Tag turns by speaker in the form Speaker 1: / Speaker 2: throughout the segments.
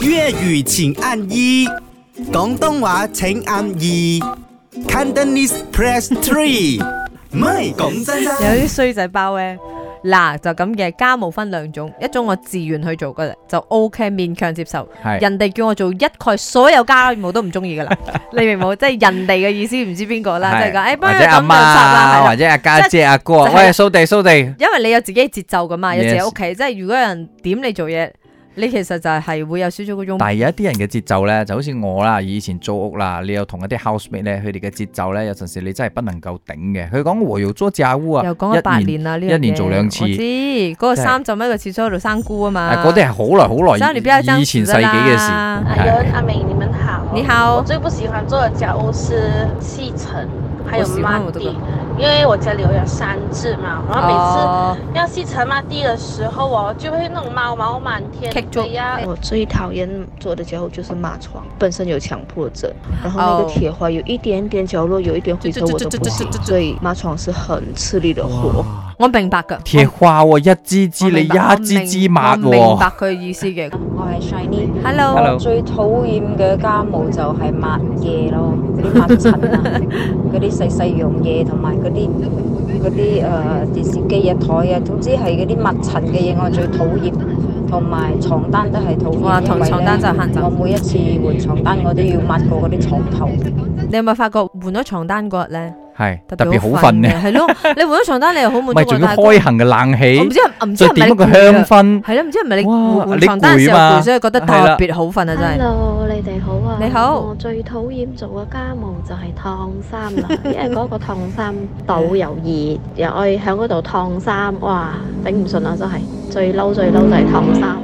Speaker 1: 粤语请按一，广东话请按二，Cantonese press three。唔係講真
Speaker 2: 有
Speaker 1: 真，
Speaker 2: 啲衰仔包咧，嗱就咁嘅，家務分兩種，一種我自願去做嘅就 O、k 勉強接受。
Speaker 3: 係
Speaker 2: 人哋叫我做一概所有家務都唔中意 噶啦，你明冇？即係人哋嘅意思唔知邊個啦，即係講誒，哎幫
Speaker 3: 或
Speaker 2: 佢
Speaker 3: 者
Speaker 2: 抌
Speaker 3: 阿
Speaker 2: 垃圾
Speaker 3: 媽
Speaker 2: 啦，係
Speaker 3: 啊，
Speaker 2: 啦
Speaker 3: 或者阿家姐、阿哥啊，
Speaker 2: 即係嗯
Speaker 3: 喂，掃地掃地，
Speaker 2: 因為你有自己嘅節奏噶嘛，有自己
Speaker 3: Yes
Speaker 2: 屋企，即係如果有人點你做嘢，你其實就係會有少少嗰種
Speaker 3: 但係有一啲人嘅節奏咧，就好似我啦，以前租屋啦，你有同一啲 housemate 咧，佢哋嘅節奏咧，有陣時你真係不能夠頂嘅。佢講和要租家屋啊，
Speaker 2: 又講咗八
Speaker 3: 一
Speaker 2: 年啦，呢樣
Speaker 3: 一年做
Speaker 2: 嘢
Speaker 3: 兩次
Speaker 2: 我知嗰個
Speaker 3: 真係
Speaker 2: 衫浸喺個廁所度生菇啊嘛，
Speaker 3: 啊嗰啲係好耐好
Speaker 2: 所以你比較
Speaker 3: 耐以前世紀
Speaker 2: 啊
Speaker 3: 嘅事。
Speaker 2: 爭
Speaker 4: 阿
Speaker 3: 係
Speaker 4: 啊仁、阿美，你们好。
Speaker 2: 哎你好
Speaker 4: 我最不喜欢做的家务是吸尘，还有
Speaker 2: 我喜
Speaker 4: 抹
Speaker 2: 欢我这个
Speaker 4: 地，因为我家里有养三只嘛，然后每
Speaker 2: 哦
Speaker 4: 次要吸尘抹地的时候哦，就会那种猫毛满天
Speaker 2: 棘住
Speaker 4: 飞呀、
Speaker 5: 我最讨厌做的家务就是抹床，本身有强迫症，然后那
Speaker 2: 哦
Speaker 5: 个铁环有一点点角落有一点灰尘我都不行，所以抹床是很吃力的活。
Speaker 2: 我明白噶，
Speaker 3: 鐵花喎，一支支
Speaker 2: 我
Speaker 3: 你
Speaker 2: 明白
Speaker 3: 一支支抹
Speaker 2: 我明我明白
Speaker 3: 喎，
Speaker 2: 佢意思嘅。
Speaker 6: 我係 Shiny，
Speaker 2: Hello，,
Speaker 3: Hello
Speaker 6: 我最討厭嘅家務就係抹嘢咯，嗰啲抹塵 啊，嗰啲細細樣嘢同埋嗰啲嗰啲誒電視機啊、台啊，總之係嗰啲抹塵嘅嘢我最討厭，同埋床單都係討厭。
Speaker 2: 哇同
Speaker 6: 因為
Speaker 2: 床單
Speaker 6: 呢
Speaker 2: 真係慳陣
Speaker 6: 我每一次換床單我都要抹過嗰啲床頭。
Speaker 2: 你有冇發覺換咗床單嗰日咧，
Speaker 3: 係
Speaker 2: 特
Speaker 3: 特別
Speaker 2: 別
Speaker 3: 好瞓 嘅，
Speaker 2: 嘅？係咯，你換咗床單你又好滿
Speaker 3: 唔
Speaker 2: 足
Speaker 3: 係
Speaker 2: 啊，
Speaker 3: 仲要
Speaker 2: 但係
Speaker 3: 開行嘅冷
Speaker 2: 我唔
Speaker 3: 氣，
Speaker 2: 知係唔知
Speaker 3: 再
Speaker 2: 係咪
Speaker 3: 點
Speaker 2: 你
Speaker 3: 一個
Speaker 2: 攰
Speaker 3: 香
Speaker 2: 啊？
Speaker 3: 薰，
Speaker 2: 係咯，唔知係咪你
Speaker 3: 哇
Speaker 2: 換換
Speaker 3: 你
Speaker 2: 床單嘅時候
Speaker 3: 攰啊嘛
Speaker 2: 攰，所以覺得特別好瞓啊！真係
Speaker 7: Hello，你哋好啊！
Speaker 2: 你好
Speaker 7: 我最討厭做嘅家務就係燙衫啦， 因為嗰個燙衫度又熱，又愛喺嗰度燙衫，哇，頂唔順啊！真係最嬲最嬲就係燙衫，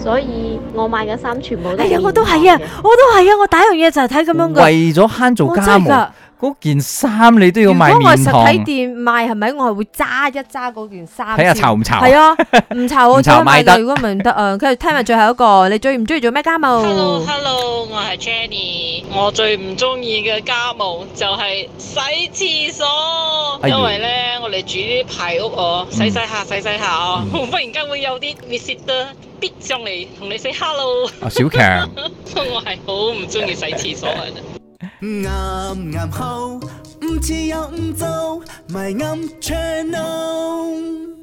Speaker 7: 所以我買嘅衫全部都
Speaker 2: 哎呀
Speaker 7: 現
Speaker 2: 我都係
Speaker 7: 燙
Speaker 2: 啊
Speaker 7: 嘅
Speaker 2: 我都係啊！我第一樣嘢就係睇咁樣嘅，
Speaker 3: 為咗慳做
Speaker 2: 我
Speaker 3: 家
Speaker 2: 真係
Speaker 3: 務
Speaker 2: 㗎。。
Speaker 3: 嗰件衫你都要
Speaker 2: 如
Speaker 3: 賣
Speaker 2: 果我
Speaker 3: 面
Speaker 2: 實體
Speaker 3: 堂，
Speaker 2: 店賣係咪，我係會揸一揸嗰件衫
Speaker 3: 睇下
Speaker 2: 先
Speaker 3: 臭唔臭。
Speaker 2: 係啊，唔臭我
Speaker 3: 唔臭
Speaker 2: 想
Speaker 3: 賣
Speaker 2: 問
Speaker 3: 得
Speaker 2: 你，如果唔係唔得啊。跟住聽埋最後一個，你最唔中意做咩家務？
Speaker 8: Hello Hello，我係 Jenny，我最唔中意嘅家務就係洗廁所，
Speaker 3: 哎呦
Speaker 8: 因為咧我哋住啲排屋哦，洗洗下洗洗下哦， 忽然間會有啲 visitor 逼上嚟同你 say hello，
Speaker 3: 啊小強，
Speaker 8: 我係好唔中意洗廁所嘅人。
Speaker 1: 啱啱好，唔似又唔做，咪啱 channel。